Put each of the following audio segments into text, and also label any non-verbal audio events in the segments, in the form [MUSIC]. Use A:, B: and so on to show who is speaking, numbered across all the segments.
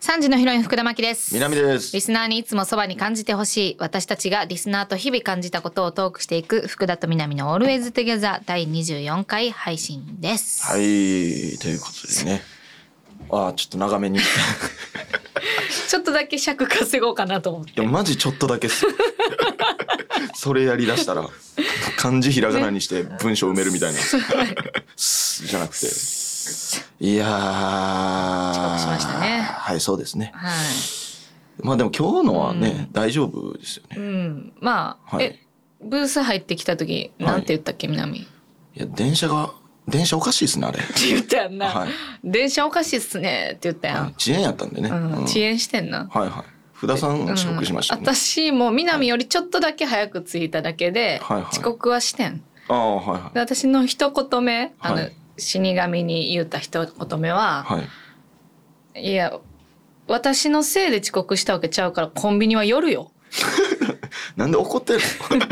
A: 3時のヒロイン福田真希です
B: 南です
A: リスナーにいつもそばに感じてほしい私たちがリスナーと日々感じたことをトークしていく福田と南の Always Together 第24回配信です、
B: はい、ということでね。ああ、ちょっと長め [LAUGHS] に。い
A: ちょっとだけ尺稼ごうかなと思って
B: や、マジちょっとだけっす。 [LAUGHS] それやりだしたら、漢字ひらがなにして文章埋めるみたいな。すじゃなくて。いやー。
A: 遅刻しましたね
B: はい、そうですね。
A: はい
B: まあでも今日のはね、大丈夫ですよね。
A: うんまあ、
B: はい
A: えブース入ってきた時なんて言ったっけ、南って
B: いや、電車が、電車おかしいですね、あれ。
A: 言ったやんな、
B: はい
A: 電車おかしいっすねって言ったやん、
B: 遅延やったんでね。
A: うん
B: うん
A: 遅延してんな、
B: はいはい。福田さん遅刻しました
A: う
B: ね
A: ん。私も南よりちょっとだけ早く着いただけで、
B: はいはい
A: 遅刻はしてん
B: ああ、はいは
A: で私の一言目あの、
B: はい
A: 死神に言った一言目は、
B: い。はい。
A: い、や私のせいで遅刻したわけちゃうからコンビニは夜よ
B: なんで怒ってるの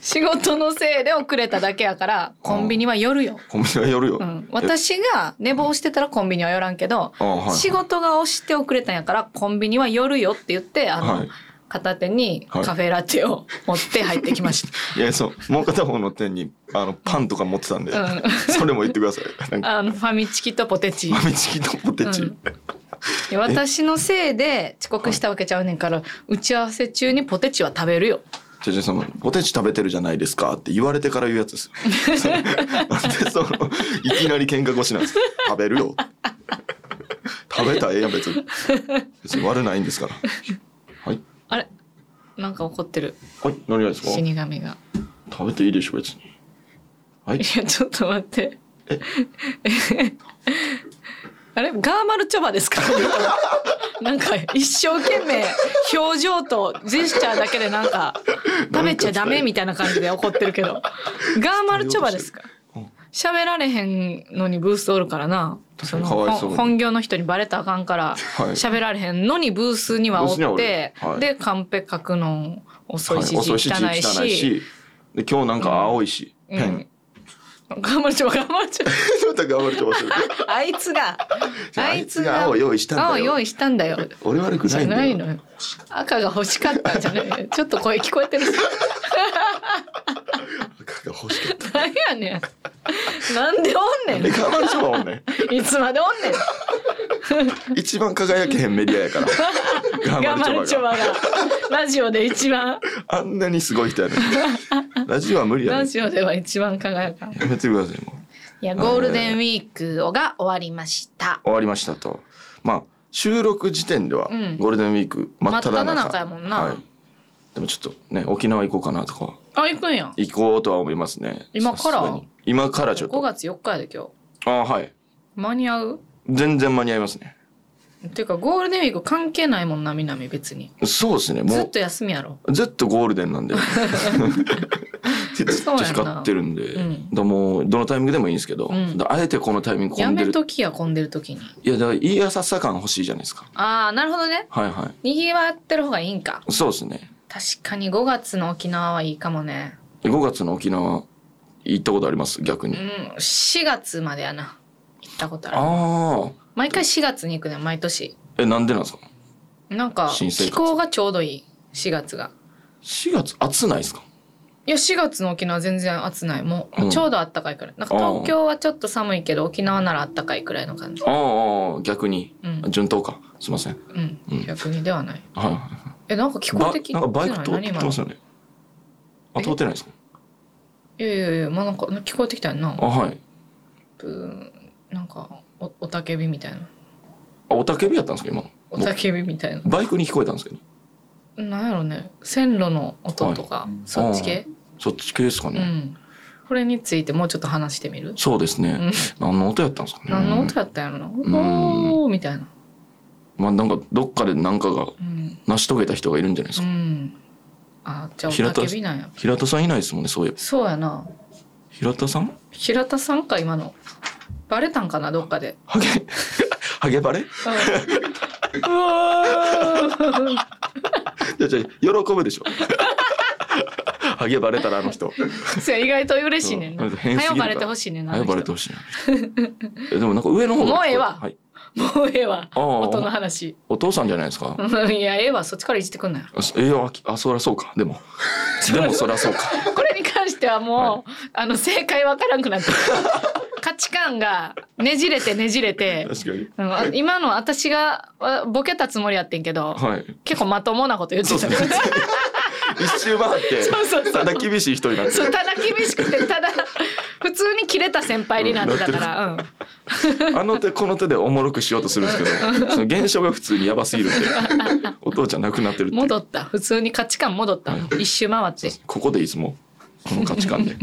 A: 仕事のせいで遅れただけやからコンビニは夜よ、
B: コンビニは寄るよ。
A: うん、私が寝坊してたらコンビニは寄らんけど、
B: あはい
A: 仕事が押して遅れたんやからコンビニは寄るよって言ってあの、
B: はい
A: 片手に
B: はい
A: カフェラテを持って入ってきま
B: [LAUGHS]
A: した。
B: いやそうもう片方の手にあのパンとか持ってたんで、
A: うん
B: それも言ってくださいなんか
A: あのファミチキとポテチ
B: 豆チキとポテチ、
A: うん私のせいで遅刻したわけちゃうねんから打ち合わせ中にポテチは食べるよ
B: じゃじゃそのポテチ食べてるじゃないですかって言われてから言うやつですよそのなんでそのいきなり喧嘩腰なんです食べるよ食べたらええやん別に別に悪ないんですからはい
A: あれなんか怒ってる
B: はい何がですか
A: 死神が
B: 食べていいでしょ別にはい
A: いやちょっと待って [LAUGHS] あれガーマルチョバです [LAUGHS] かなんか一生懸命表情とジェスチャーだけでなんか食べちゃダメみたいな感じで怒ってるけどガーマルチョバですか
B: うん
A: 喋られへんのにブースおるからな
B: 確
A: そ
B: かに
A: の
B: かわいそう
A: 本本業の人にバレたらあかんから
B: はい
A: 喋られへんのにブースにはおっ
B: ブースにはお
A: て
B: る、はい
A: でカンペ書くの遅
B: はい
A: し、字汚いし,、
B: いしで今日なんか青いし、
A: うん
B: ペン
A: 頑張るちょ頑張るちょ
B: ちょっと頑張れてますよ
A: [LAUGHS] あいつがあ
B: あ
A: い
B: い
A: つ
B: つ
A: が
B: が青用意したんだよ
A: 青用意したんだよ
B: 俺悪く
A: じ
B: な
A: ゃ
B: いん
A: な
B: だ
A: い
B: よ
A: のよ赤が欲しかったんじゃ
B: [LAUGHS]
A: ないちょっと声聞こえてる [LAUGHS]
B: 赤が欲しかっ
A: なんやねんなんでお
B: た
A: ん
B: で
A: ね
B: 頑張るしもんね
A: んいつまでおんねん
B: 一番輝けへんメディアやから
A: 頑
B: 頑
A: 張
B: 張
A: る
B: る
A: ち
B: ち
A: ょ
B: ょばが
A: ばがラジオで一番
B: あんなにすごい人やねんラジオは無理や
A: ラ
B: ねん
A: ジオでは一番輝かん
B: やめてくださいもう
A: いやゴールデンウィークが終わりました
B: 終わりましたとまあ収録時点では
A: うん
B: ゴールデンウィーク真っ只中
A: 真っ只中やもんな
B: はい、でもちょっとね沖縄行こうかなとか
A: あ行くんやん
B: 行こうとは思いますね
A: 今から
B: さすがに今からちょっ
A: 5
B: と
A: 月4日やで今日
B: ああはい
A: 間に合う
B: 全然間に合いますね
A: っていうかゴールデンウィーク関係ないもんな南別に
B: そうですねも
A: ず
B: う
A: っと休みやろ
B: ずっとゴールデンなん
A: [LAUGHS]
B: でずっ
A: そう
B: と
A: やんな
B: 光ってるんで、
A: うん
B: だもうどのタイミングでもいいんですけど、
A: うん
B: だあえてこのタイミング
A: や
B: 混んで
A: め
B: る
A: ときや混んでる時に
B: いやだからいい朝さ感欲しいじゃないですか
A: ああなるほどね
B: はいは
A: にぎわってる方がいいんか
B: いそうですね
A: 確かに5月の沖縄はいいかもね
B: 5月の沖縄行ったことあります逆
A: うん
B: に、
A: 4月までやな行ったことある
B: ああ
A: 毎回4月に行くね毎年
B: えなんでなんですか
A: なんか
B: 新生活
A: 気候がちょうどいい4月が
B: 4月暑ないですか
A: いや4月の沖縄全然暑ないもう、
B: うん
A: ちょうどあったかいからなんか東京はちょっと寒いけど沖縄ならあったかいくらいの感じ
B: ああああ逆に、
A: うん
B: 順当かすいません
A: うん、
B: うん
A: 逆にではない
B: はいはいはい
A: えなんか気候
B: ば
A: 的
B: なんかバイク通って
A: 何今
B: ますよねあ
A: え
B: 通ってないですか
A: いやいやいやまあなんか聞こえてきたよな
B: あはい
A: ブーなんかおおたけびみたいな
B: あおたけびやったんですか今の
A: おたけびみたいな
B: バイクに聞こえたんですけど
A: なんやろね線路の音とか、そっち系
B: そっち系ですか
A: う
B: ね、
A: んこれについてもうちょっと話してみる、
B: そうです
A: う
B: ね、
A: ん、
B: 何の音やったんですかね
A: 何の音やったんやろな、
B: ん
A: おーみたいな
B: まあなんかどっかで何かが
A: うん、
B: 成し遂げた人がいるんじゃないです
A: う
B: か、
A: ん、あじゃあ
B: 平
A: お
B: 田
A: たけびなんや
B: 平田さんいないですもんねそういえば
A: そうやな
B: 平田さん
A: 平田さんか今のバレたんかなどっかで、
B: ハゲ [LAUGHS] ハゲバ
A: う
B: レ
A: ん [LAUGHS] うわー
B: [LAUGHS] じゃじゃ喜ぶでしょハゲバレたらあの人。
A: そう意外と嬉しいねんな。
B: そう変すぎるから
A: 早バレてほしいねんな。あの
B: ハゲ
A: 人
B: バレてほしいな。えでもなんか上の方が
A: もうええわ
B: はい。
A: もうええわ。
B: ああ
A: 音の話。
B: お父さんじゃないですか。
A: うんいや、ええわ。そっちからいじってくんなよ。
B: あそえあきあそりゃそうかでもでもそり
A: [LAUGHS]
B: ゃそうか
A: これに関してはもう、あの、正解わからんくなった。価値観がねじれてねじれて、
B: 確かに
A: うんあ今の私があボケたつもりやってんけど、
B: はい
A: 結構まともなこと言ってた。
B: そうそう一周回っ
A: [LAUGHS]
B: て
A: そうそうそう
B: ただ厳しい人になって
A: そうただ厳しくてただ普通に切れた先輩になってたから、うん、
B: あの手この手でおもろくしようとするんですけどその現象が普通にやばすぎるって
A: [LAUGHS]
B: お父ちゃん亡くなってるって
A: 戻った普通に価値観戻った、
B: はい
A: 一周回って
B: ここでいつもこの価値観で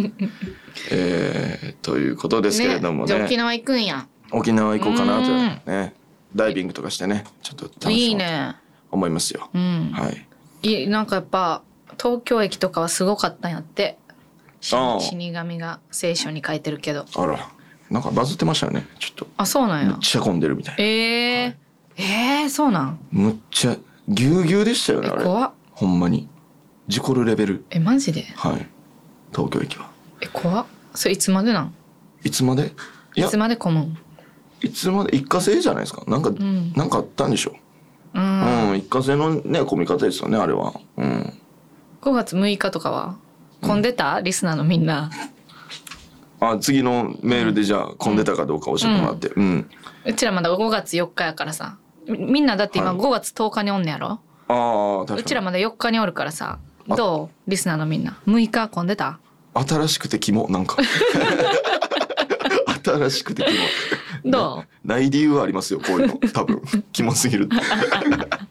B: えー、ということですけれども
A: じ
B: ね
A: ゃあ沖縄行くんや
B: 沖縄行こうかな
A: うん
B: とねダイビングとかしてねちょっと楽
A: い
B: し
A: い
B: もうと
A: ね
B: 思いますよ
A: うん、
B: はい
A: いいなんかやっぱ東京駅とかはすごかったんやって死
B: ああ
A: 死神が聖書に書いてるけど
B: あらなんかバズってましたよねちょっと
A: あそうなん
B: めっ
A: や
B: ちゃ混んでるみたいな
A: えーえー、そうなん
B: むっちゃぎゅうぎゅうでしたよ
A: え
B: ねあれ
A: 怖っ
B: ほんまに事故るレベル
A: えマジで
B: はい東京駅は
A: え怖っそれいつまでなん
B: いつまでい
A: い
B: や
A: つまで混むん
B: いつまで一過性じゃないですかなんか、
A: ん
B: なんかあったんでしょ
A: う、
B: うんん、一過性のね混み方ですよねあれはうん
A: 5月6日とかは混んでた、リスナーのみんな
B: あ次のメールでじゃあ混んでたかどうか教えてもらってうん、
A: うちらまだ5月4日やからさみみんなだって今
B: はい
A: 5月10日におんねやろ、
B: ああ
A: う
B: 確
A: ち
B: からに
A: まだ4日におるからさ
B: あ
A: どうリスナーのみんな6日混んでた
B: 新しくてキモなん
A: [LAUGHS]
B: か新しくてキモ
A: ど
B: ない理由はありますよこういうの多分
A: [LAUGHS]
B: キモすぎるって確か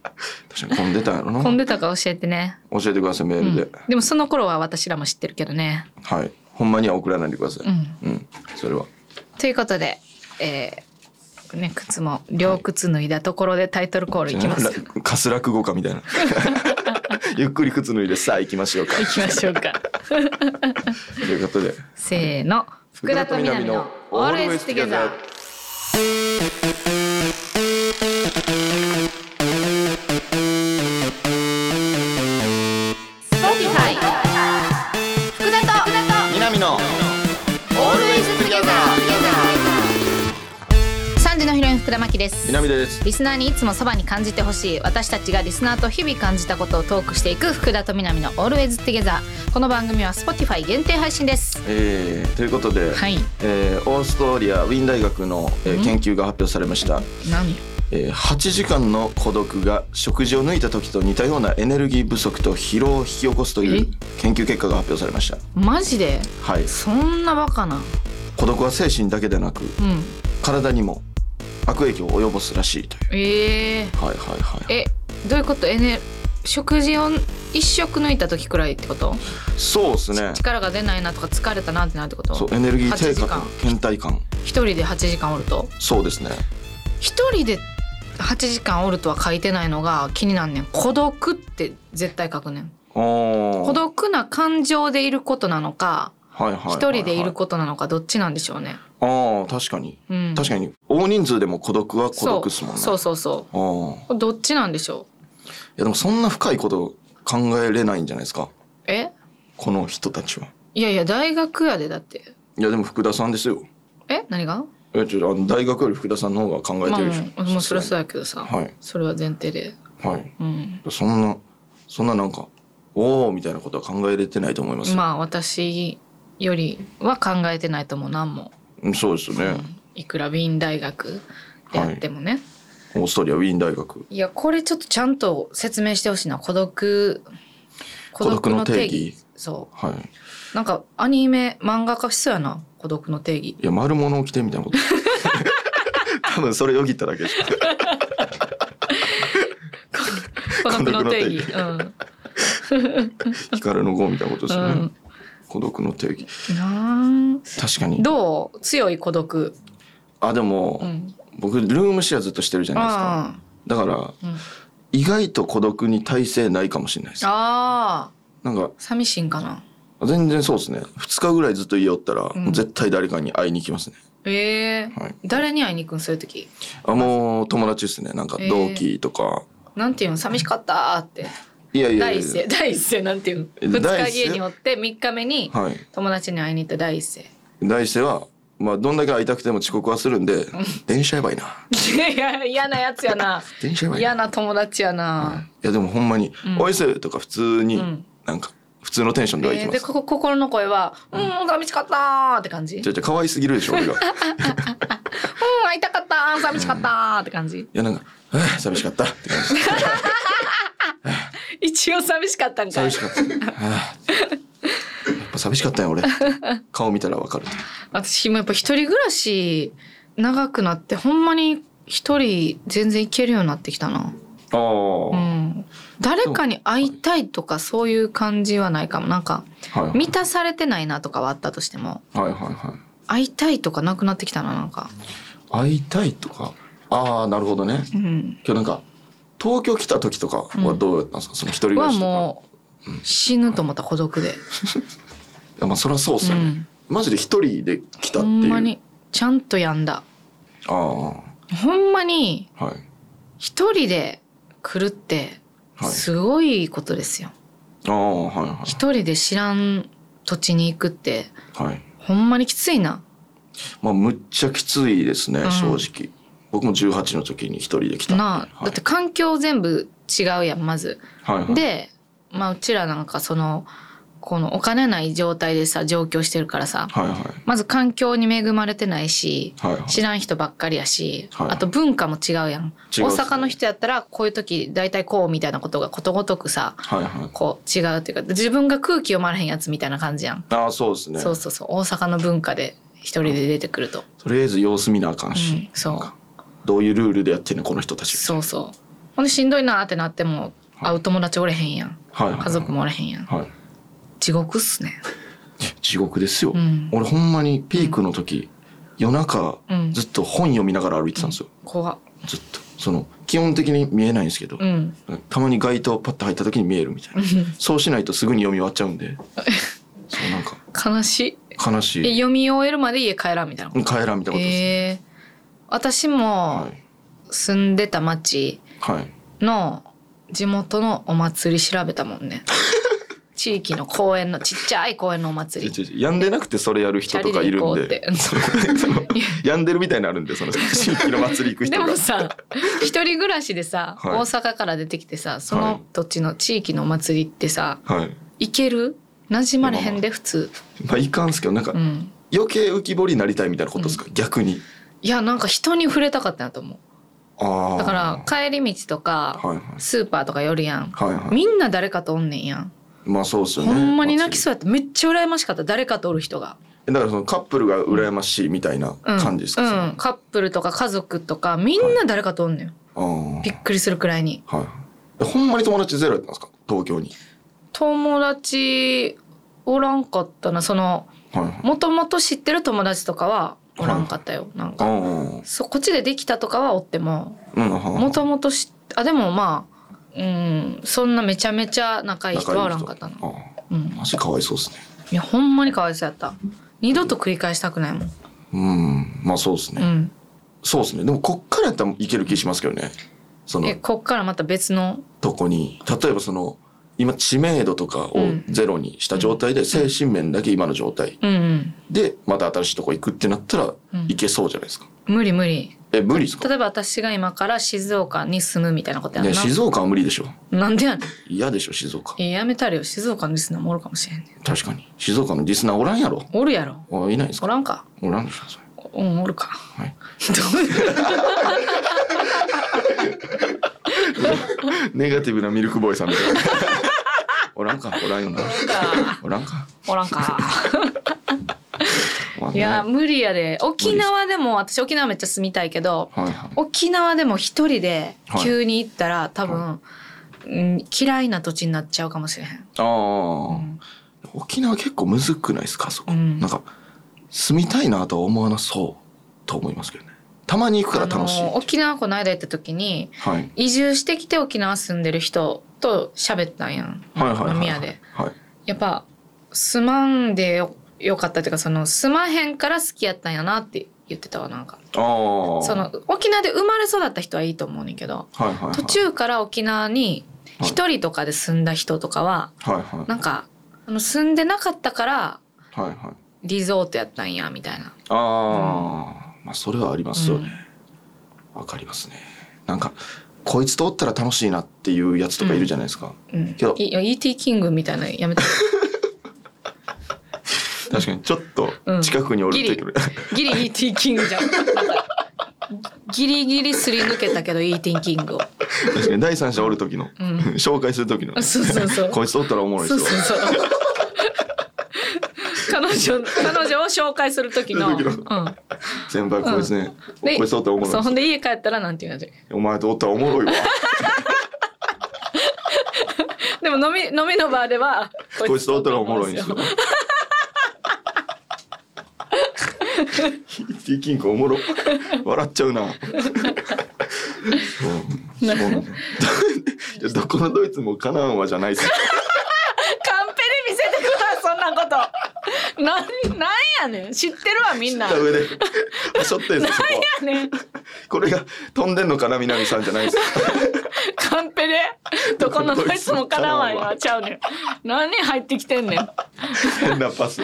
B: に混んでたんやろな
A: う混んでたか教えてね、
B: 教えてくださいメ
A: う
B: ール
A: ん
B: で、
A: でもその頃は私らも知ってるけどね
B: はい。ほんまには送らないでください。
A: う
B: うん。
A: ん
B: それは。
A: ということでえーね、靴も両靴脱いだところでタイトルコールいきます、い、
B: かす落語家みた
A: [LAUGHS]
B: いな。ゆっくり靴脱いでさあ行きましょうか。
A: きましょう [LAUGHS] か
B: ということで。
A: せーの福田と南の「オール s ティゲザー」。Spotify 福田と福田と
B: 南の。オールイズトゥギャザ
A: 三時のヒロイン福田真希です
B: 南です。
A: リスナーにいつもそばに感じてほしい私たちがリスナーと日々感じたことをトークしていく福田と南の Always Together この番組は Spotify 限定配信です
B: えー、ということで、
A: はい
B: えーオーストラリアウィーン大学の、えー研究が発表されました、
A: 何
B: えー、8時間の孤独が食事を抜いた時と似たようなエネルギー不足と疲労を引き起こすという研究結果が発表されました
A: マジで
B: はい
A: そんなバカな
B: 孤独は精神だけでなく
A: うん
B: 体にも悪影響を及ぼすらしいという
A: えー、
B: はいはいはい
A: えどういうことエネ食事を一食抜いた時くらいってこと
B: そうですね
A: 力が出ないなとか疲れたなってなるってこと
B: そうエネルギー低
A: 8時
B: 下
A: 間
B: と倦怠感
A: 一人で8時間おると
B: そうですね
A: 一人で8時間おるとは書いてないのが気になんねん孤独って絶対書くねん
B: お
A: 孤独な感情でいることなのか
B: はいはいはいはい
A: 一人でいることなのかどっちなんでしょうね、
B: ああ確かに
A: うん、
B: 確
A: か
B: かに大人数でも孤独は孤独っすもんね
A: そう
B: そ
A: そうそう
B: うああ
A: そうどっちなんでしょ
B: いやでもそんな深いこと考えれないんじゃないですか
A: うえ
B: この人たちはい
A: やいや大学やでだって
B: いやでも福田さんですよ
A: え何が
B: えちょあの大学より福田さんの方が考え
A: まあ
B: てるでしょ、
A: まあ面白そうやけどさ、
B: はい
A: それは前提で
B: はい
A: うん
B: そんなそんななんかおおみたいなことは考えれてないと思いますよ、
A: まあ私よりは考えてないとも何も、
B: うんそうですよね、
A: うんいくらウィーン大学であってもね、
B: オーストリアウィーン大学
A: いやこれちょっとちゃんと説明してほしいな孤独孤
B: 独の定義
A: そ
B: はいう
A: なんかアニメ漫画化しそうやな孤独の定義
B: いや丸物を着てみたい
A: [LAUGHS]
B: なこと多分それよぎっただけでしょ
A: 孤独の定義
B: 孤独の定義
A: うん、
B: 光の号みたいなことですよね、
A: うん
B: 孤独の定義
A: なん
B: 確かに
A: どう強い孤独、
B: あでも、
A: うん、
B: 僕ルームシェアずっとしてるじゃないです
A: あ
B: かだから
A: ー、うん、
B: 意外と孤独に耐性ないかもしれないです
A: あ
B: なんか
A: ー寂しいんかな
B: 全然そうですね2日ぐらいずっと家おったら、
A: ん
B: もう絶対誰かに会いに行きますね
A: えー
B: はい
A: 誰に会いに行くんそういう時
B: あもう友達ですねなんか同期とか、
A: なんていうの寂しかったーって
B: いやいや
A: 第
B: い
A: 一声
B: や
A: 第一声なんていう
B: え
A: の2
B: 第
A: 日
B: 一声
A: 家におって3日目に
B: はい
A: 友達に会いに行った第一声 [LAUGHS]
B: 題してはまあどんだけ会いたくても遅刻はするんで電車やばいない
A: や嫌なやつやな
B: 電車やばいな
A: 嫌な友達やな、
B: いやでもほんまに「おいっす」とか普通に
A: ん
B: なんか普通のテンションでは行
A: え
B: き
A: ー
B: ま
A: ですここ心の声は「うん寂しかったー」って感じ「うん
B: じゃじゃ可愛すぎるでしょ
A: [LAUGHS]
B: 俺がい
A: 会いたかったー寂しかったー」って感じ
B: やなんか「ああ寂しかった」って感じ
A: 一応寂しかったんかい [LAUGHS]
B: 寂しかったああやっぱ寂しかったよ俺顔見たらわかる
A: 私もやっぱ一人暮らし長くなってほんまに一人全然行けるようになってきたな
B: ああ
A: う
B: は
A: ん誰かに会いたいとかそういう感じはないかもなんか
B: い
A: 満たされてないなとかはあったとしても
B: はいはいはい
A: 会いたいとかなくなってきたななんか
B: 会いたいとかああなるほどね
A: うん
B: 今日なんか東京来た時とかはどうやったんですか、その一人暮ら
A: は
B: しとか
A: もう死ぬと思った孤独で
B: いやまあそりゃそうっすよね、マジで一人で来た
A: ほ
B: って
A: ん
B: いう
A: まにちゃんとやんだ
B: ああ
A: ほんまに
B: はい。
A: 一人で来るって
B: はい
A: すごいことですよ、
B: ああ、はいはい。
A: 一人で知らん土地に行くって
B: はい。
A: ほんまにきついな
B: まあ、むっちゃきついですね、
A: うん
B: 正直。僕も18の時に一人で来たんで。
A: なあ
B: はい
A: だって環境全部違うやんまず
B: はいはい。
A: でまあうちらなんかそのこのお金ない状態でさ上京してるからさ
B: はいはい。
A: まず環境に恵まれてないし
B: はいはい。
A: 知らん人ばっかりやし、
B: はい
A: あと文化も違うやん
B: 違う
A: 大阪の人やったらこういう時大体こうみたいなことがことごとくさ
B: はいはい。
A: こう違うっていうか自分が空気読まれへんやつみたいな感じやん、
B: ああ、そうですね。
A: そうそうそう大阪の文化で一人で出てくると、
B: とりあえず様子見なあかんし。
A: うんそう
B: なんかどういうルールでやってんの、この人たち。
A: そうそうほんでしんどいなーってなっても会う友達おれへんやん
B: はいはい。
A: 家族。もおれへんやん
B: はい。
A: 地獄っすね
B: 地獄ですよ。
A: うん
B: 俺、ほんまにピークの時、夜中、
A: うん
B: ずっと本読みながら歩いてたんですよ。
A: 怖っ
B: ずっと。その、基本的に見えないんですけど、
A: うん
B: たまに街灯パッと入った時に見えるみたいな。そうしないとすぐに読み終わっちゃう
A: [LAUGHS]
B: んで。そう、なんか。
A: 悲し
B: 悲し
A: いえ
B: い
A: 読み終えるまで家帰らんみたいなこと
B: 帰らんみたいなことです、
A: えー私も住んでた町
B: はいはい
A: の地元のお祭り調べたもん
B: [LAUGHS]
A: ね地域の公園のちっちゃい公園のお祭り
B: ちょちょやんでなくてそれやる人とかい
A: で
B: るん
A: 行こう
B: で
A: って
B: そのやんでるみたいになるんでその新規の祭り行
A: [LAUGHS]
B: く
A: で
B: 人が
A: もさ一人暮らしでさ、
B: はい
A: 大阪から出てきてさそ
B: はい
A: の土地の地域のお祭りってさ
B: はい
A: 行ける馴染まれへんで普通、
B: まあいかんすけどなんか、
A: うん、
B: 余計浮き彫りになりたいみたいなことですか、逆に
A: いやなんか人に触れたかったなと思う
B: ああ
A: だから帰り道とか、
B: はいはい
A: スーパーとか寄るやん、
B: はいはい
A: みんな誰かとおんねんやん
B: まあそうっすよね
A: ほんまに泣きそうやっためっちゃ羨ましかった誰かとおる人が、
B: うだからそのカップルが羨ましいみたいな
A: うん、
B: 感じです
A: う
B: か、
A: んカップルとか家族とかみんな誰かとおんねん、
B: うん、あ
A: びっくりするくらいに
B: あはいえほんまに友達ゼロやったんですか東京に
A: 友達おらんかったなその
B: はいはい
A: もともと知ってる友達とかはおらんかったよ、なん
B: あ
A: か
B: あ
A: そこっちでできたとかはおっても
B: うんはい
A: もともと知っあでもまあうんそんなめちゃめちゃ仲いい人はおらんかったな
B: ああ
A: うん
B: マジかわいそうっすね
A: いやほんまにかわいそうやった二度と繰り返したくないもん
B: うんまあそうですね、
A: うん
B: そうですねでもこっからやったらいける気しますけどねその
A: えこっからまた別の
B: とこに例えばその今知名度とかを
A: うん
B: ゼロにした状態で、精神面だけ今の状態
A: うんうん
B: でまた新しいとこ行くってなったら
A: うん
B: いけそうじゃないですか、
A: 無理無理
B: え無理ですか
A: 例えば私が今から静岡に住むみたいなことやん
B: ね
A: な、
B: 静岡は無理でしょ
A: なんでやねん
B: 嫌でしょ静岡
A: いややめたれよ静岡のリスナーもおるかもしれんねん
B: 確かに静岡のリスナーおらんやろ
A: おるやろ
B: あいないです
A: お
B: から
A: んか
B: おらんでしょそれ、
A: うんおるか、 [LAUGHS] はいどういう
B: ネガティブなミルクボーイさんみたいな [LAUGHS] おらんかおらんよな
A: か
B: おらんか
A: おらんか
B: [LAUGHS] おらん
A: い
B: ね
A: や無理やで沖縄でも私沖縄めっちゃ住みたいけど
B: はいはい
A: 沖縄でも一人で
B: はい
A: 急に行ったら、多分、うん嫌いな土地になっちゃうかもしれへん
B: ああ、
A: ん
B: 沖縄結構むずくないですかそこ、
A: うん
B: なんか住みたいなとは思わなそうと思いますけどねたまに行くから楽しい、
A: あの沖縄この間行った時に
B: はい、
A: 移住してきて沖縄住んでる人と喋ったんやん、
B: はいはいはい
A: 飲
B: は
A: み
B: い
A: 屋で
B: はい
A: やっぱ住まんでよよかったっていうかその住まへんから好きやったんやなって言ってたわなんか
B: ああ
A: その沖縄で生まれ育った人はいいと思うねんけど
B: はいはいはい
A: 途中から沖縄に
B: はい
A: 一人とかで住んだ人とかは
B: はいはい
A: なんかあの住んでなかったから
B: はいはい
A: リゾートやったんやみたいな
B: ああ、まあそれはありますよねわ、かりますねなんかこいつとおったら楽しいなっていうやつとかいるじゃないですか、
A: うん
B: けど
A: いいや E.T. キングみたいなのやめ
B: [LAUGHS]
A: て
B: 確かにちょっと近くにおるって、
A: ギリ E.T. キングじゃんギリギリすり抜けたけど E.T. キングを
B: [LAUGHS] 確かに第三者おる時の、
A: うん
B: [LAUGHS] 紹介する時の、
A: [LAUGHS] そうそうそう
B: こいつとおったらおもろい
A: そ
B: で
A: う
B: す
A: そう
B: よ
A: そう
B: [LAUGHS]
A: 彼女彼女を紹介する時の
B: する [LAUGHS] 時
A: うん
B: 先輩こいつね、
A: で
B: こいつとおったらおもろい
A: そう
B: です
A: ほ
B: よ
A: んで家帰ったらなんて言うんだっけ
B: お前とおったらおもろいわ
A: でも飲み飲みの場では
B: [LAUGHS] こいつとおったらおもろいんですよティーキングおもろ笑っちゃうな、 [LAUGHS] うんそうなんだどこのドイツもかなわんわじゃないですよ
A: カンペで見せてくださいそんなことなんなんやねん知ってるわみんな
B: 下上でしょってんすよそこは
A: なんやねん
B: これが飛んでんのかな南さんじゃないです
A: カンペでどこのドイツもかなわんやちゃうねん何入ってきてんねん
B: 変なパス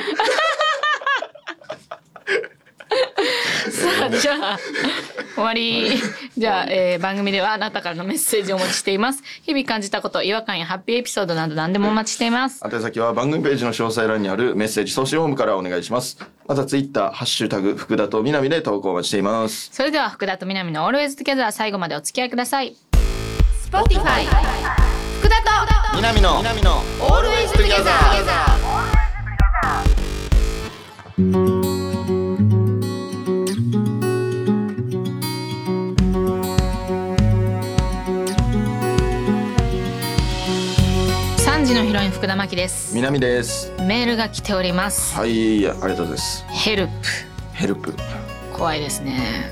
A: さあじゃあ終わりじゃあ、えー番組ではあなたからのメッセージをお待ちしています日々感じたこと違和感やハッピーエピソードなど何でもお待ちしています
B: 宛先は番組ページの詳細欄にあるメッセージ送信フォームからお願いしますまたツイッターハッシュタグ福田と南で投稿お待ちしています
A: それでは福田と南の Always Together 最後までお付き合いください
C: Spotify 福田と
B: 南の南の
C: Always Together
A: 3時のヒロイン福田真希です
B: 南です
A: メールが来ております
B: はいありがとうございます
A: ヘルプ
B: ヘルプ
A: 怖いですね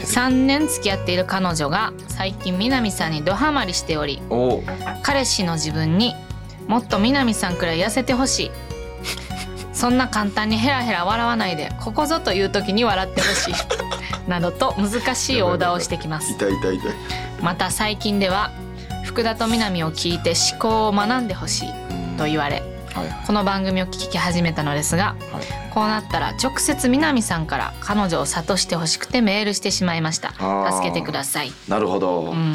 A: 3年付き合っている彼女が最近南さんにドハマりしており
B: お
A: 彼氏の自分にもっと南さんくらい痩せてほしい [LAUGHS] そんな簡単にヘラヘラ笑わないでここぞという時に笑ってほしい [LAUGHS] などと難しいオーダーをしてきます
B: 痛い痛い痛い
A: また最近では福田と南を聞いて思考を学んでほしいと言われ
B: はいは
A: この番組を聞き始めたのですが
B: いはい
A: こうなったら直接南さんから彼女を諭してほしくてメールしてしまいました
B: あー
A: 助けてください
B: なるほど、
A: うん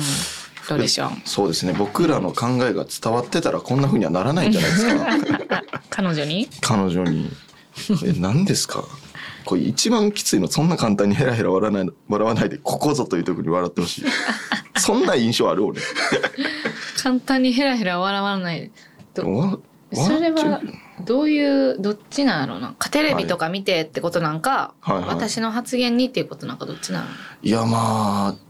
A: どうでしょう
B: そうですね僕らの考えが伝わってたらこんな風にはならないんじゃないです
A: [LAUGHS]
B: か
A: 彼女に
B: 彼女に「え何ですか?」これ一番きついのそんな簡単にヘラヘラ笑わない笑わないでここぞという時に笑ってほしいそんな印象ある俺
A: 簡単にヘラヘラ笑わないど
B: わ
A: [LAUGHS] それ
B: 笑っちゃ
A: は
B: う
A: どういうどっちなんやろうなテレビとか見てってことなんか、
B: はいはいはい
A: 私の発言にっていうことなんかどっちなんや
B: いやまあ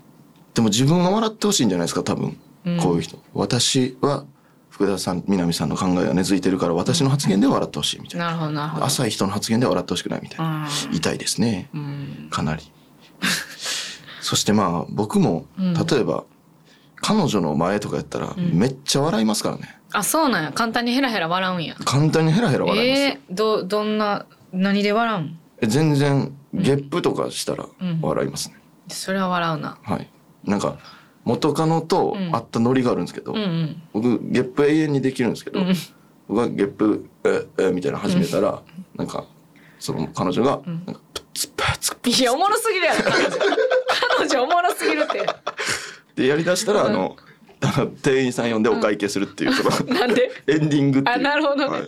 B: でも自分は笑ってほしいんじゃないですか多分、
A: ろ
B: こういうう人私は福田さん南さんの考えが根付いてるから私の発言では笑ってほしいみた
A: ん
B: いな
A: なるほどなるほど
B: 浅い人の発言では笑ってほしくないみたいな、痛いですね
A: うんうん
B: か
A: [LAUGHS]
B: なりそしてまあ僕も
A: うん
B: 例えば、彼女の前とかやったら
A: ん
B: めっちゃ笑いますからね
A: あそうなんや簡単にヘラヘラ笑うんや
B: 簡単にヘラヘラ笑いますよ、
A: えー、どどんな何で笑うん
B: え全然ゲップとかしたら笑いますね、
A: それは笑うな
B: はいなんか元カノと会ったノリがあるんですけど、
A: うんうん
B: 僕ゲップ永遠にできるんですけど、
A: うん
B: 僕がゲップ「ええみたいなの始めたら、なんかその彼女が「なんかプツプツプツ
A: いやおもろすぎるやろ彼女彼女おもろすぎるって
B: ってやりだしたら、あのあの店員さん呼んでお会計するっていう、その
A: [LAUGHS] なんで
B: エンディングっていう
A: あなるほどね
B: はいっ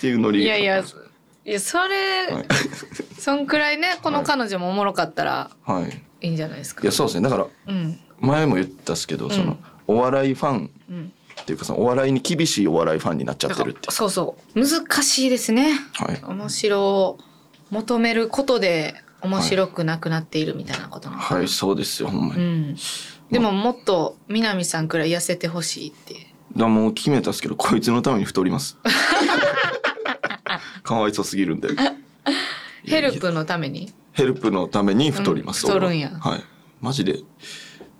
B: ていうノリ
A: いやいやいやそれ、
B: はい、
A: そんくらいねこの彼女もおもろかったら
B: はい、
A: いいんじゃないですか
B: いやそうですねだから
A: うん
B: 前も言ったっすけど、そのお笑いファン
A: うん
B: っていうかそのお笑いに厳しいお笑いファンになっちゃ
A: だ
B: って
A: か
B: る
A: ら
B: って
A: そうそう難しいですね
B: はい
A: 面白を求めることで面白くなくなっているみたいなことなのかな
B: はいそうですよほんま
A: う
B: に、
A: んでももっと南さんくらい痩せてほしいって
B: だからもう決めたっすけどこいつのために太ります
A: [LAUGHS]
B: かわいそうすぎるんで
A: ヘルプのために
B: ヘルプのために太ります、
A: うん
B: 俺
A: 太
B: は
A: るんや
B: はいマジで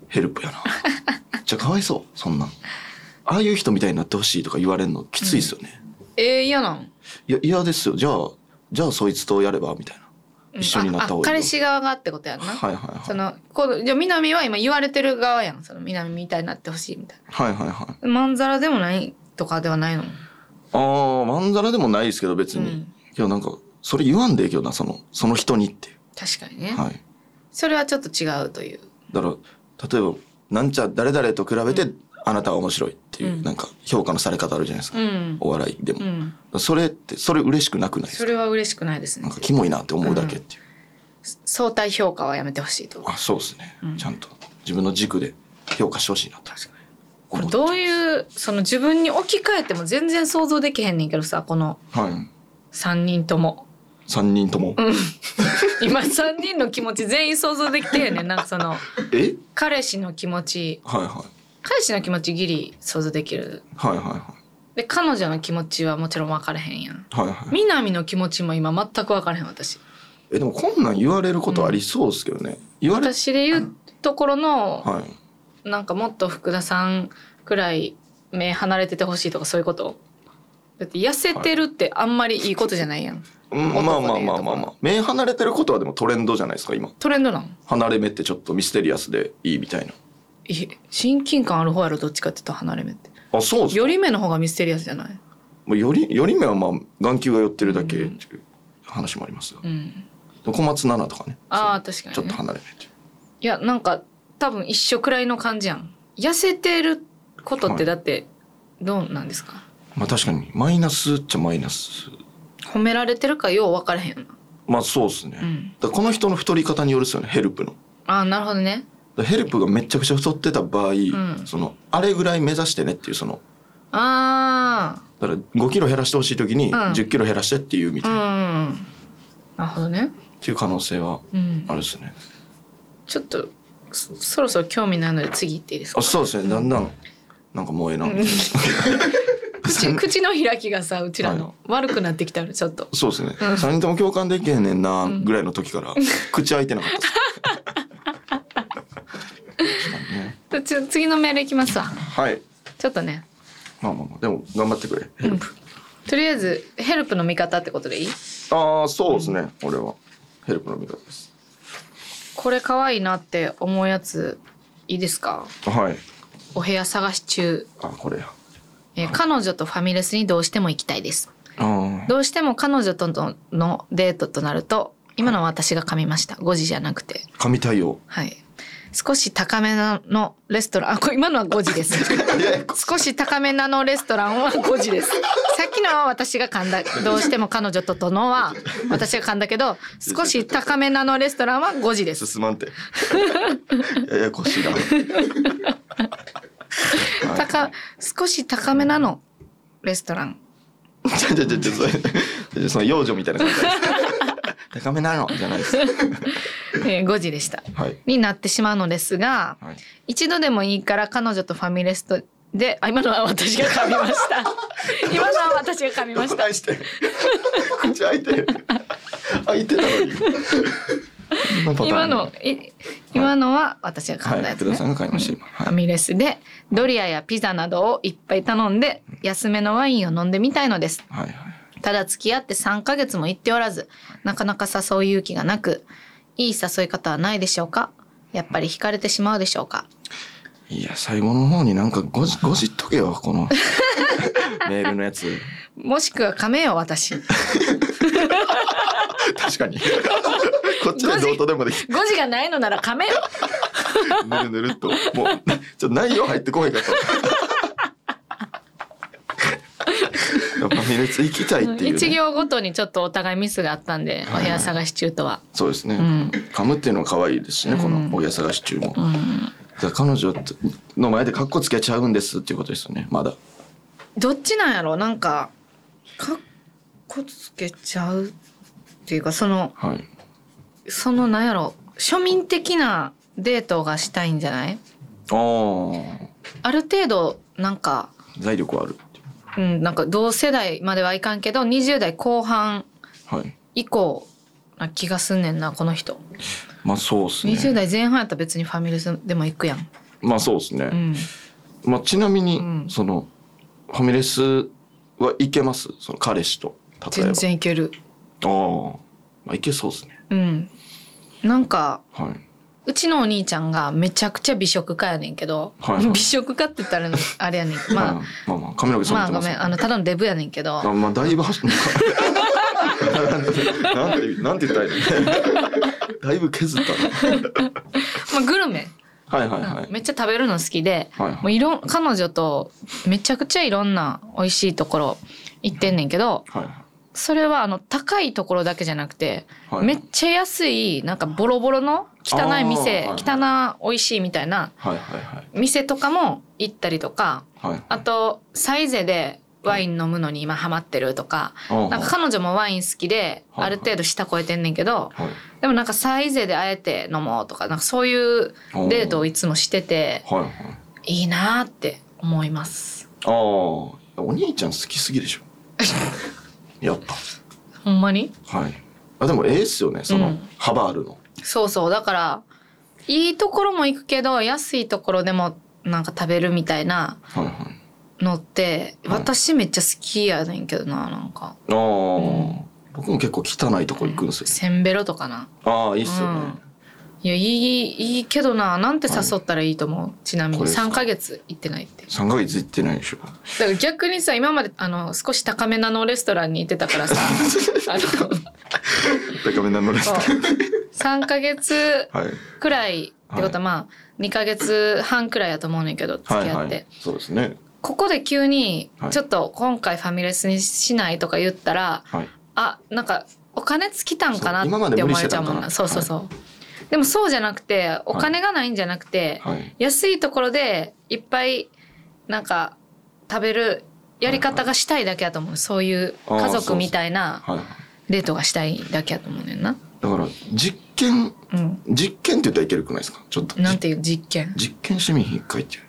B: ヘルプ
A: [LAUGHS]
B: やなじゃあかわいそうそんなんああいう人みたいになってほしいとか言われるのきついですよね、
A: えー、嫌なん
B: いや嫌ですよじゃあじゃあそいつとやればみたいな一緒になった
A: あ
B: 方
A: あ
B: がい
A: 彼
B: いと。
A: 氏側がってことやんな、
B: はいはいは
A: そ
B: い。
A: のこうじゃあ南は今言われてる側やんその南みたいになってほしいみたい
B: はいはいはい。
A: なまんざらでもないとかではないの
B: ああ、まんざらでもないですけど、別に。
A: うん
B: けどなんか、それ言わんでええけどな、その、その人にってい
A: 確かにね、
B: う。はい。
A: それはちょっと違うという
B: だから、例えば、なんちゃ誰々と比べて、あなたは面白いっていう、
A: うん
B: なんか、評価のされ方あるじゃないですか。
A: うん、
B: お笑いでも。
A: うん、
B: それって、それ嬉しくなくないです
A: そ
B: か
A: れは嬉しくないです
B: な
A: ね
B: んか、キモいなって思うだけっていう。
A: 相対評価はやめてほしいと
B: あ、そうですね、
A: うん
B: ちゃんと、自分の軸で評価してほしいなと。
A: これどういうその自分に置き換えても全然想像できへんねんけどさこの
B: はい。
A: 3人とも
B: 三人とも。
A: 今3人の気持ち全員想像できてへんねんなんかその
B: え
A: 彼氏の気持ち
B: はいはい。
A: 彼氏の気持ちギリ想像できる
B: はいはいはい。
A: で彼女の気持ちはもちろん分からへんやん
B: はいはい。
A: 南の気持ちも今全く分からへん私
B: え、でもこんなん言われることありそうですけどね。言われ、はい。
A: 私で言うところの
B: あ
A: なんかもっと福田さんくらい目離れててほしいとかそういうことだって痩せてるってあんまりいいことじゃないやん、
B: うんまあまあまあまあまあまあ。目離れてることはでもトレンドじゃないですか、今。
A: トレンドなん
B: 離れ目ってちょっとミステリアスでいいみたいな。
A: いえ親近感ある方やろどっちかって言ったら離れ目って
B: あ、そうです
A: より目の方がミステリアスじゃない
B: もうより、より目はまあ、眼球が寄ってるだけっていう話もありますが。
A: うん
B: 小松菜奈とかね。
A: ああ確か
B: ちょ
A: に、
B: っ
A: ね、
B: と離れ目っていう。
A: いやなんか多分一緒くらいの感じやん痩せてることっ
B: は
A: て
B: い
A: だってどうなんですか、
B: まあ確かに、マイナスっちゃマイナス。
A: 褒められてるかよう分からへんよな
B: まあそうですね。
A: うん
B: だからこの人の太り方によるですよね、ヘルプの。
A: ああなるほどね
B: だからヘルプがめちゃくちゃ太ってた場合、
A: ん
B: その、あれぐらい目指してねっていう、その、
A: あ
B: だから5キロ減らしてほしい時に
A: うん
B: 10キロ減らしてっていうみ
A: あう
B: たいな、っ
A: んなるほどね
B: ていう可能性は
A: うん
B: あるですね。
A: ちょっとそそろそろ興味ないので次行っていいですか
B: あそうですね、だんだんなんかもうええな、
A: 口口の開きがさうちらの、
B: は
A: 悪くなってきたのちょっと
B: そうですね、三3人とも共感できへんねんなぐらいの時から、口開いてなかったです確かにね
A: つ次のメールいきますわ
B: はい
A: ちょっとね、
B: まあまあまあでも頑張ってくれヘルプ、
A: とりあえずヘルプの見方ってことでいい
B: ああそうですね、俺はヘルプの味方です
A: これ可愛いなって思うやついいですか
B: はい
A: お部屋探し中、
B: あこれや
A: えー彼女とファミレスにどうしても行きたいです
B: あー
A: どうしても彼女とののデートとなると今のは私が噛みました5時じゃなくて
B: 神対応
A: はい少し高めなのレストランあ [LAUGHS] これ今のは5時です少し高めなのレストランは5時ですさっきのは私が噛んだどうしても彼女ととのは私が噛んだけど少し高めなのレストランは5時です
B: 進まん
A: [LAUGHS]
B: てややこしいな
A: [LAUGHS] 高少し高めなのレストラン
B: ちょちょちょちょそれそれその幼女みたいな
A: [LAUGHS]
B: 感じです高めなのじゃないです
A: えー5時でした
B: はい
A: になってしまうのですが
B: はい
A: 一度でもいいから彼女とファミレスとであ今のは私が噛みました今のは私が噛みました
B: 対して口開いて開いてたのにこんなパターン
A: 今のい今のは私が噛んだ
B: は
A: や
B: い
A: つ
B: 福
A: ね、
B: 田さんが買いました今
A: ファ
B: はい
A: ミレスでドリアやピザなどをいっぱい頼んで安めのワインを飲んでみたいのです
B: はいはい
A: ただ付き合って3ヶ月も行っておらずなかなか誘う勇気がなくいい誘い方はないでしょうかやっぱり惹かれてしまうでしょうか
B: いや最後の方になんかごじごじっとけよ [LAUGHS] このメールのやつ
A: もしくは噛めよ
B: [LAUGHS]
A: 私5
B: 確かに [LAUGHS] こっちでどうとでもでき
A: 時がないのなら噛めよ
B: ぬるぬるっともうちょっと内容入ってこへんか [LAUGHS] ったファミレス行きたいっていう、
A: 一
B: ね、
A: 行ごとにちょっとお互いミスがあったんで、
B: はいはい
A: お部屋探し中とは、
B: そうですね、
A: ん
B: 噛むっていうのは可愛いですしね、このお部屋探し中も、だから彼女の前でカッコつけちゃうんですっていうことですよねまだ
A: どっちなんやろなんかかっこつけちゃうっていうかその
B: はい
A: そのなんやろ庶民的なデートがしたいんじゃない
B: ああ
A: ある程度なんか、
B: 財力はある
A: うん、なんか同世代まではいかんけど20代後半
B: はい
A: 以降な気がすんねんなこの人、
B: まあそうです
A: 20
B: ね
A: 代前半やったら別にファミレスでも行くやん、
B: まあそうですね、
A: うん、
B: まあちなみに、
A: うん
B: そのファミレスは行けますその彼氏と例え
A: 全
B: ば
A: 然いける
B: ああまあ行けそうですね
A: うん。なんか、
B: は
A: うちのお兄ちゃんがめちゃくちゃ美食家やねんけど、
B: はいはい
A: 美食家って言ったらあれやねん。
B: い。
A: ま
B: まあまあまあ、亀の毛
A: あ、
B: さん
A: まあ
B: 言って
A: ご
B: ます
A: め
B: ね
A: ん、あの、ただのデブやねんけど、
B: あまあだいぶ
A: [LAUGHS]
B: 走ったななんてなんて言ったらいい
A: [LAUGHS]
B: のだいぶ削ったな
A: まあグルメ、
B: はいはい
A: う
B: は
A: ん
B: い
A: めっちゃ食べるの好きで、
B: はい
A: も
B: は
A: う
B: い
A: いろん彼女とめちゃくちゃいろんな美味しいところ行ってんねんけど
B: はい
A: それはあの高いところだけじゃなくて、
B: はい
A: めっちゃ安いなんかボロボロの汚い店、
B: あー
A: 汚い美味しいみたいな
B: はいはい
A: 店とかも行ったりとか
B: はいはい
A: あとサイゼでワイン飲むのに今ハマってるとか、
B: あ
A: なんか彼女もワイン好きで
B: はい
A: ある程度舌超えてんねんけど、
B: はい
A: でもなんかサイゼであえて飲もうとかなんかそういうデートをいつもしてて
B: はいはい
A: いいなーって思います。
B: ああお兄ちゃん好きすぎでし
A: [LAUGHS]
B: ょやっ
A: ほんまに
B: ぱはいあでもええっすよねその、
A: うん
B: 幅あるの
A: そうそうだからいいところも行くけど安いところでもなんか食べるみたいな
B: はいはい
A: のって
B: はい
A: 私めっちゃ好きやねんけどななんか
B: ああ、
A: ん
B: 僕も結構汚いとこ行くんですよ、
A: せんべろとかな
B: ああいいっすよね、
A: いやいいいいけどななんて誘ったらいいと思う、ちなみ
B: こ
A: に
B: れですか
A: 3ヶ月行ってないって
B: 三ヶ月行ってないでしょ
A: だから逆にさ今まであの少し高めなのレストランに行ってた
B: [LAUGHS]
A: からさあの
B: 高めなのレスト
A: そう
B: ラ
A: 3ヶ月
B: ン [LAUGHS] はい
A: くらいってことはまあ2ヶ月半くらいやと思うねんけど付き合
B: は
A: って。
B: いはいそうですね
A: ここで急に
B: はい
A: ちょっと今回ファミレスにしないとか言ったら、
B: はい
A: あなんかお金尽きたんかな
B: そう今ま
A: っ
B: で
A: て
B: 無
A: 思
B: 理
A: わ
B: して
A: れちゃう
B: た
A: ん
B: か
A: も
B: なん
A: なそうそうそう、でもそうじゃなくてお金がないんじゃなくて、
B: はい
A: 安いところでいっぱいなんか食べるやり方がしたいだけやと思う、そういう
B: あー
A: 家
B: そうそ
A: 族
B: う
A: みたいな
B: はい
A: デートがしたいだけやと思うねんな、
B: だから実験
A: うん、
B: 実験って言ったらいけるくないですかちょっと
A: なんていう実験
B: じ実験してみひん一回っていう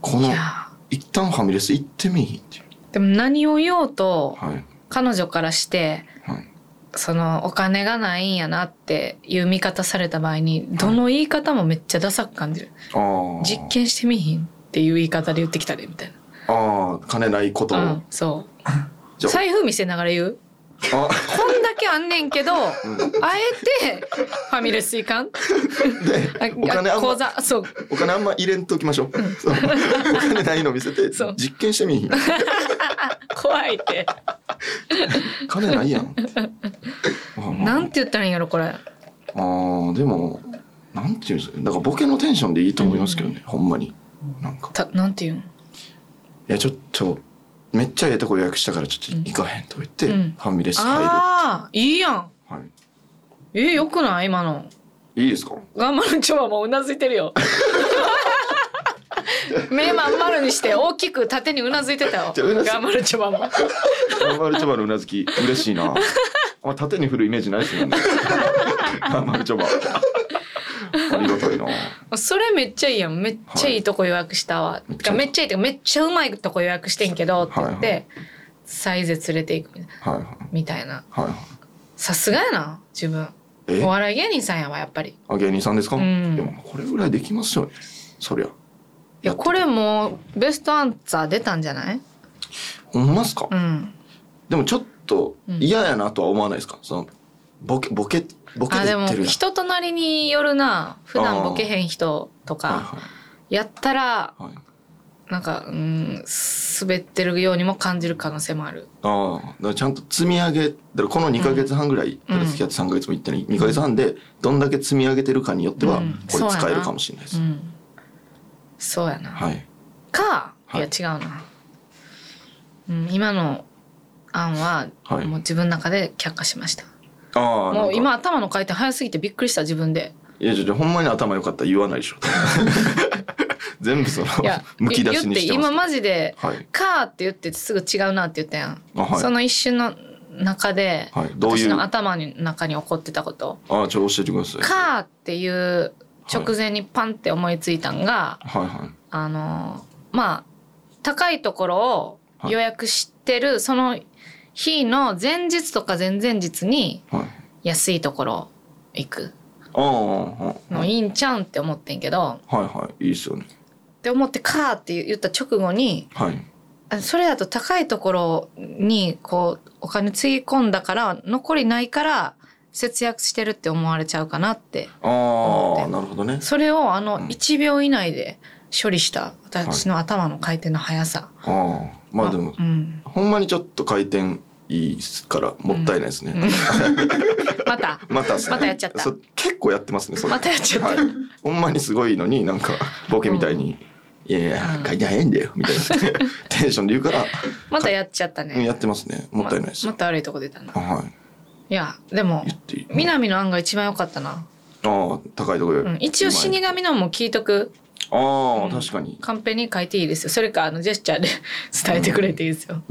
B: こ
A: い
B: の
A: や
B: 一旦ファミレス行ってみひんっていう
A: ーでも何を言おうと
B: はい
A: 彼女からして
B: はい
A: そのお金がないんやなっていう見方された場合にどの言い方もめっちゃダサく感じる、
B: ああ
A: 実験してみひんっていう言い方で言ってきたでみたい
B: ああ金ないことを、
A: な、うん、そ
B: [LAUGHS] じ
A: う
B: ゃ
A: 財布見せながら言う
B: ああ
A: こんだけあんねんけど、あえてファミレス行かん
B: で
A: あ
B: お金あ
A: あ
B: んま
A: 口座そう
B: お金あんま入れんときましょう、 [LAUGHS] そうお金ないの見せて
A: そう
B: 実験してみひん
A: 怖いって
B: 金な
A: [LAUGHS]
B: いやんああ
A: なんて言ったらいいんやろこれ
B: あーでもなんていうんですかだからボケのテンションでいいと思いますけどね、ほんまになんか
A: たなんて言うん
B: いやちょっとめっちゃええとこ予約したからちょっと行かへんと言って、
A: うん
B: ファミレス入る、は
A: ああいいやんえー、よくない今の
B: い、いいですか
A: 頑張るちょはもううなずいてる
B: [LAUGHS]
A: よ目まん丸にして大きく縦にうなずいてたよ
B: じゃあうなずい
A: 頑張るちょはも
B: マルチョバのうなずき嬉しい
A: [LAUGHS]
B: なあ縦に振るイメージないですよねマルチョバ
A: [LAUGHS]
B: ありがたいな
A: それめっちゃいいやんめっちゃいいとこ予約したわ、
B: い
A: てかめっちゃいいってかめっちゃうまいとこ予約してんけどって言って、
B: はい
A: サイゼ連れていくみたいなみたいな
B: はいはいはいはい
A: さすがやな自分
B: え
A: お笑い芸人さんやわやっぱり
B: あ芸人さんですか、
A: うん
B: でもこれぐらいできますよねそりゃ
A: いやこれもうベストアンサー出たんじゃない
B: ほんますか、
A: うん
B: でもちょっと嫌やなとは思わないですか、そのボケボケボケ
A: あ
B: で
A: で
B: 言
A: も
B: ってるやん
A: 人となりによるな普段ボケへん人とか
B: は
A: やったら
B: いはいはい
A: なんかうん滑ってるようにも感じる可能性もある
B: ああだからちゃんと積み上げだからこの2か月半ぐら
A: う
B: い、
A: ん
B: だから付き合って3か月もいってない2か月半でどんだけ積み上げてるかによっては、
A: うん
B: これ使えるかもしれないで
A: う
B: す、
A: んそうやな、
B: はい
A: か、
B: はい
A: い、や違うな、うん、今の案は
B: はい
A: もう自分の中で却下しました、
B: ああ
A: もう今頭の回転早すぎてびっくりした自分で
B: いやちょちょほんまに頭良かったら言わない
A: [LAUGHS]
B: でしょ全部その
A: いや
B: [LAUGHS] むき出し
A: 言っ
B: に
A: て
B: してます
A: 今マジで
B: はい
A: 「か」って言ってすぐ違うなって言ったやん、
B: あはい
A: その一瞬の中で、
B: はいどうい
A: 私
B: う
A: の
B: あ
A: 頭の中に起こってたこと
B: あちょっと教えてく
A: 「
B: ださい
A: か」っていう直前にパンって思いついたんが、
B: はいはい
A: あのまあ高いところを予約してる、その日の前日とか前々日に
B: はい
A: 安いところ行く
B: ああ
A: のいいんちゃうんって思ってんけど
B: はいはいいいっすよね
A: って思って「か」って言った直後に
B: はい
A: あそれだと高いところにこうお金つぎ込んだから残りないから節約してるって思われちゃうかなって
B: ああなるほどね
A: それをあの
B: うん
A: 1秒以内で処理した私の頭の回転の速さ、
B: ああまあでも
A: うん、
B: ほんまにちょっと回転いいっすからもったいないですね、
A: また
B: またっすね
A: またやっちゃった
B: そ結構やってますねそれ
A: またやっちゃった
B: はい、ほんまにすごいのになんかボケみたいに「いやいや回転えんだよ」みたいな
A: [LAUGHS]
B: テンションで言うから
A: またやっちゃったね、
B: うんやってますねもったいないです、
A: ままた悪いとこ出たな
B: あはい
A: いやでも
B: 言っていい
A: 南の案が一番良かったな、
B: ああ高いとこより、
A: うん、一応死
B: うまい
A: 神のも聞いとく
B: ああ、
A: うん
B: 確かに
A: カンペに書いていいですよそれかあのジェスチャーで [LAUGHS] 伝えてくれていいですよ、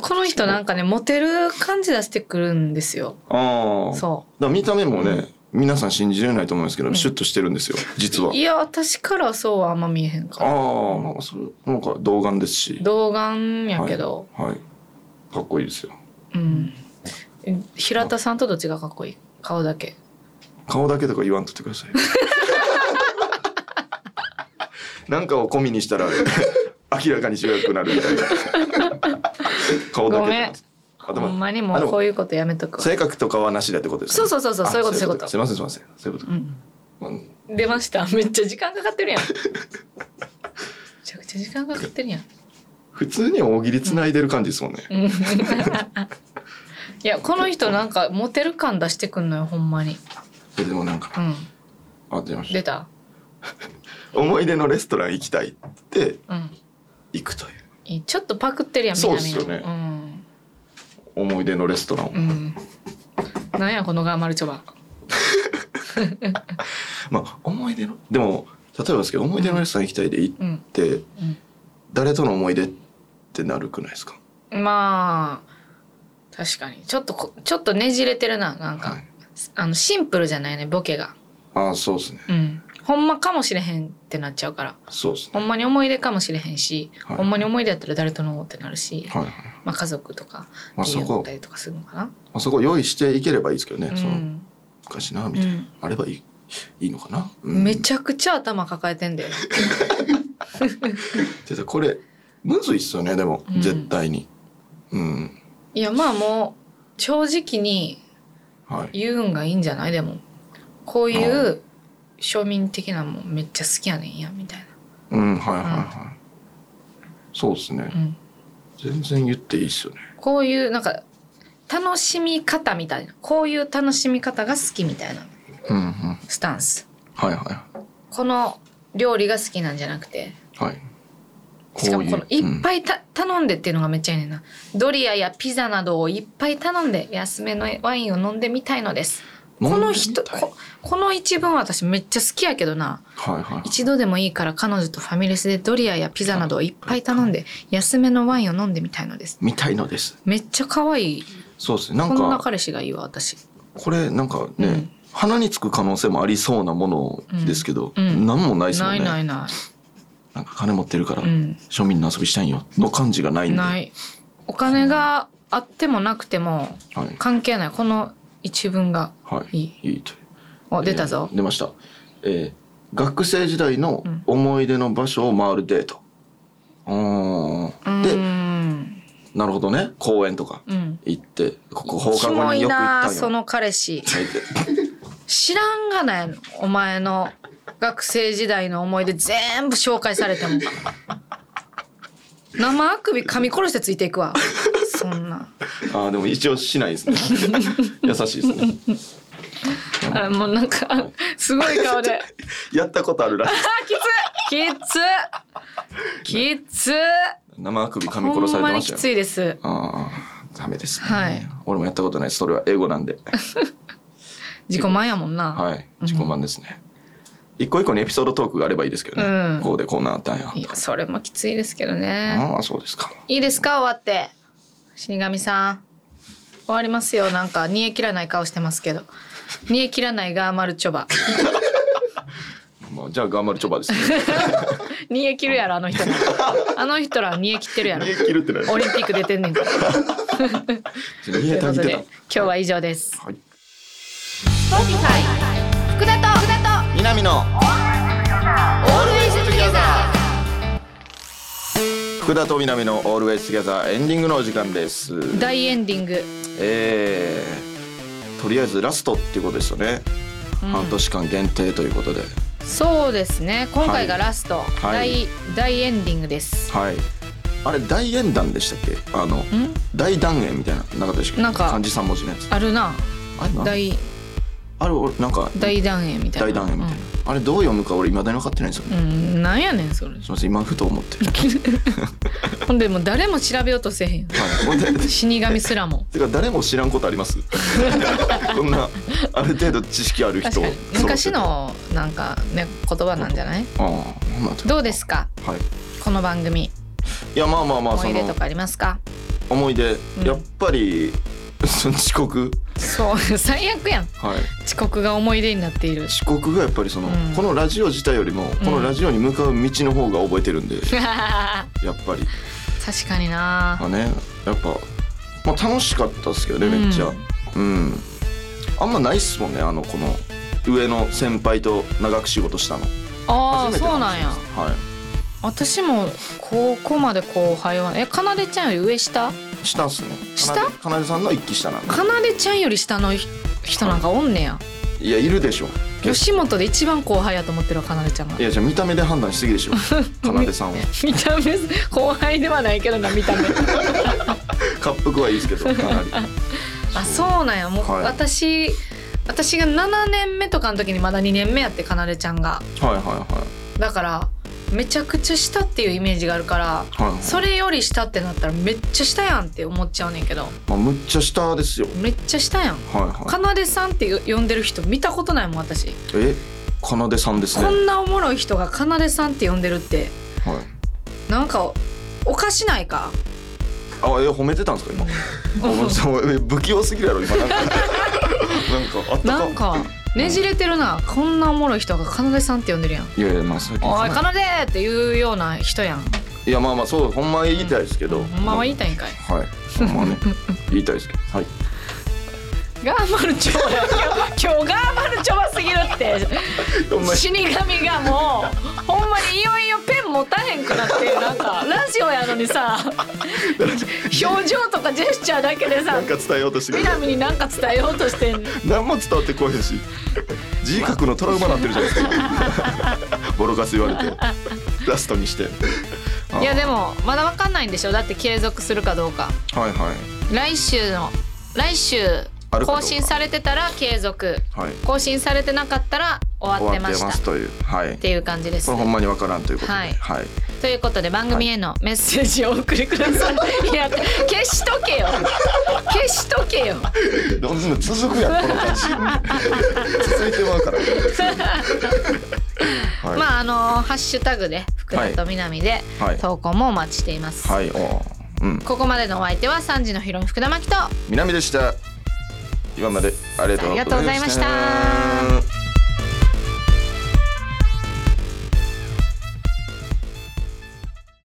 A: この人なんかねモテる感じ出してくるんですよ
B: ああ
A: そ
B: だから見た目もね皆さん信じれないと思うんですけど、
A: ん
B: シュッとしてるんですよ実は
A: ういや私からはそうはあんま見えへん
B: あ
A: から
B: あまあそれなんか童顔ですし
A: 童顔やけど、
B: はいかっこいいですよ
A: うんえ平田さんとどっちがかっこいい顔だけ
B: 顔だけとか言わんとってくだ
A: [LAUGHS]
B: さいなんかを込みにしたら [LAUGHS] 明らかに白くなるみたいな
A: [LAUGHS]
B: 顔だけ
A: ごめん
B: あで
A: ほん
B: も
A: まにも
B: あで
A: う
B: も
A: こういうことやめとくわ
B: 性格とかはなしだってことです
A: そうそうそうそう
B: あ
A: そういうことそういうこと
B: すいませんすいませんそういうこと
A: うん、
B: うん
A: 出ましためっちゃ時間かかってる
B: [LAUGHS]
A: やんめちゃくちゃ時間かかってるやん
B: 普通に大喜利つないでる感じですもんね、
A: うん [LAUGHS] いやこの人なんかモテる感出してくんのよほんまに
B: えでもなんか
A: うん
B: あ出ました
A: 出た
B: 思い出のレストラン行きたいって
A: うん
B: 行くという
A: いいちょっとパクってるやん
B: そうっ
A: 南
B: す
A: の
B: よね思い出のレストランを、
A: うん、うん、なんやこのガーマルチョバ
B: まあ思い出のでも例えばですけど思い出のレストラン行きたいで行
A: うん
B: って、
A: うん
B: 誰との思い出ってなるくないですか、
A: まあ確かにちょっとこちょっとねじれてるななんか、
B: はい、
A: あのシンプルじゃないねボケが
B: ああそうですね
A: うんほんまかもしれへんってなっちゃうから
B: そうです
A: ほ
B: ね
A: んまに思い出かもしれへんし、
B: はい
A: ほんまに思い出やったら誰とのってなるし、
B: はいはい
A: まあ家族とか
B: まあそ
A: 家
B: こ
A: だっ
B: は
A: たりとかするのかな、
B: まあ、そこ用意していければいいですけどね、
A: う
B: その
A: ん
B: 昔なみたいな、
A: うん
B: あればいいいいのかな、うん、
A: めちゃくちゃ頭抱えてんだよ。
B: ゃこれむずいっすよねでも、
A: うん
B: 絶対にうん
A: いやまあもう正直に
B: はい
A: 言うんがいいんじゃないでもこういう庶民的なもんめっちゃ好きやねんやみたい
B: うんはいはいはい、そうですね
A: な、うん、
B: 全然言っていいっすよね
A: こういうなんか楽しみ方みたいなこういう楽しみ方が好きみたいな
B: うんうん
A: スタンス
B: はいはい
A: この料理が好きなんじゃなくて
B: はい
A: しかもこの
B: い
A: いっぱいた、頼んでっていうのがめっちゃいいねんなドリアやピザなどをいっぱい頼んで安めのワインを飲んでみたいのです
B: うん
A: こ
B: 飲んで
A: の
B: み
A: 人
B: たい
A: ここの一文私めっちゃ好きやけどな
B: はいはい
A: 一度でもいいから彼女とファミレスでドリアやピザなどをいっぱい頼んで安めのワインを飲んでみたいのです
B: みたいのです
A: めっちゃ可愛い
B: そうですねな
A: こ
B: ん
A: んな
B: か
A: 彼氏がいいわ私
B: これなんかね、
A: うん
B: 鼻につく可能性もありそうなものですけど、
A: うんうん
B: 何もないです
A: な
B: もんね
A: いないな
B: なんか金持ってるから、
A: い、うん、
B: 庶民の遊びしたいんよの感じがないんで
A: ないお金があってもなくても
B: はい
A: 関係ないこの一文が
B: はい
A: い
B: い
A: い
B: いという
A: お出たぞ
B: えー、出ました、えー、学生時代の
A: うん
B: 思い出の場所を回るデート、うん、
A: うー
B: で
A: ん
B: なるほどね公園とか
A: うん
B: 行ってここ放
A: キ
B: 課後
A: モ
B: に
A: い
B: よく行った
A: なん
B: よ
A: その彼氏
B: はいで
A: 知らんがないのお前の学生時代の思い出全部紹介されても生あくび噛み殺してついていくわそんな
B: ああでも一応しないで
A: [LAUGHS]
B: すね優しいですね
A: あもうなんかすごい顔で
B: やったことあるらしい
A: あきつきつきつ
B: 生首噛み
A: ほ
B: 殺さ
A: ん
B: れ
A: ま
B: てま
A: に
B: し
A: き
B: たよ
A: ついです
B: ああダメです、ね
A: はい
B: 俺もやったことないですそれは英語なんで
A: 自己満やもんな、
B: はい自己満ですね、一個一個にエピソードトークがあればいいですけどね、
A: うん
B: こうでこうなったんや
A: いや
B: とか
A: それもきついですけどね
B: ああそうですか
A: いいですか終わって死神さん終わりますよなんか煮え切らない顔してますけど煮え切らないガーマルチョバ [LAUGHS]
B: まあ、じゃあ頑張るチョバで
A: [LAUGHS]
B: すね
A: 煮え切るやろあの人らあの人ら煮え切ってるやろ
B: [LAUGHS] 煮え切るってない
A: オリンピック出てんねんから
B: [LAUGHS] 煮
A: とい
B: え
A: うこ
B: たぎ
A: と
B: て
A: で
B: た
A: 今日は以上です
B: はい
C: Spotify 福田と福田と
B: 南の
C: Always Together
B: 福田と南のオールウェイズギャザーエンディングのお時間です
A: 大エンディング
B: えーとりあえずラストっていうことですよね、
D: うん
B: 半年間限定ということで
A: そうですね今回がラスト、
B: はい
A: 大大エンディングです、
B: はいあれ大演談でしたっけあの
A: ん
B: 大断円みたいななかったでしたっけ
A: なんか
B: 漢字三文字のやつ
A: あるな
B: あれなん
A: 大
B: あれ俺なんか
A: 大団円みたいな
B: 大断円みたいな、あれどう読むか俺いまだに分かってないんですよね、
A: うん、うん、なんやねん
B: [LAUGHS]
A: それ
B: すみません今ふと思
A: [LAUGHS]
B: って、
A: ほんでもう誰も調べようとせえへん
B: はい、ほんで
A: 死神すらも
B: てか誰も知らんことあります [LAUGHS] こんなある程度知識ある人
A: 確かに昔のなんかね言葉なんじゃない
B: ああなんだ
A: どうですか
B: はい
A: この番組
B: いやまあまあまあ
A: 思
B: そ
A: い出と
B: の
A: かありますか
B: 思い出、
A: うん
B: やっぱり [LAUGHS] その遅刻
A: そう [LAUGHS] 最悪やん
B: はい
A: 遅刻が思い出になって
B: [LAUGHS]
A: いる
B: 遅刻がやっぱりその、
A: うん
B: このラジオ自体よりもこのラジオに向かう道の方が覚えてるんで、
A: 確
B: やっぱり
A: かにな
B: まあねやっぱ、まあ、楽しかったですけどねめっちゃうん、あんまないっすもんねあのこの上の先輩と長く仕事したの
A: ああ
B: 初めて
A: そう
B: かも
A: な
B: し
A: ん
B: れい
A: や
B: ですはい
A: 私も高校まで後輩はえかなでちゃんより上下
B: したんすね
A: した
B: かなでかなでさんの一期下なんで
A: かなでちゃんより下のひ人なんかおんねや
B: いやいるでしょ
A: 吉本で一番後輩やと思ってるわかなでちゃんが
B: いやじゃあ見た目で判断しすぎ
A: [LAUGHS]
B: でしょかなでさんは
A: 見た目後輩ではないけどな見た目
B: 滑覆はいいですけどかなり
A: あそうなんやもう、
B: はい
A: 私私が7年目とかの時にまだ2年目やってかなでちゃんが
B: はいはいはい
A: だからめちゃくちゃ下っていうイメージがあるから
B: はい、
A: それより下ってなったらめっちゃ下やんって思っちゃうねんけど
B: まあ、むっちゃ下ですよ
A: めっちゃ下やん
B: はいは
A: かなでさんって呼んでる人見たことないもん私、
B: いえかなでさんですね
A: こ
B: は
A: んなおもろい人がかなでさんって呼んでるって
B: い
A: なんかおかしないか
B: あえ褒めてたんですか今お前そうえ不器用すぎるやろ今な
A: [LAUGHS]
B: んかなんかあったか
A: なんかねじれてるなこんなおもろい人がかなでさんって呼んでるやん
B: いやいやまあ最
A: 「
B: 近
A: おいかなで!」っていうような人やん
B: いやまあまあそうほんまは言いたいですけど、
A: ほんまは言いたいんかい
B: はいほんまは
A: [LAUGHS]
B: ね言いたいですけどはい
A: ガーマルチョバや今日今日ガーマルチョバすぎるって
B: ほんまに
A: 死神がもうほんまにいよいよペン持たへんくなってなんかラジオやのにさ表情とかジェスチャーだけでさ
B: なんか伝えようとしてくれた
A: 南に何か伝えようとしてんの
B: 何も伝わってこへんし字覚のトラウマなってるじゃない
A: [LAUGHS]
B: ですかボロカス言われてラストにして
A: いやで
B: も
A: もまだわかんないんでしょだって継続するかどうか
B: はいはい
A: 来週の来週
B: あるかどう
A: 更
B: か
A: 新されてたら継続
B: はい
A: 更新されてなかったら終わってましたっ
B: というはい
A: ていう感じです
B: これほんまにわからんということで
A: は
B: はいい、
A: ということで番組へのメッセージをお送りください、い、や消しとけよ消しとけよ
B: どんどん続くやんこの感じ [LAUGHS] 続いてまう [LAUGHS] から、はい、
A: まああのハッシュタグで福田と南で
B: はい
A: 投稿もお待ちしています、
B: はいおーうん
A: ここまでのお相手は3時のヒロイン福田真希と
B: 南でした今までありがとうございま
A: ありが
B: した
A: とうございました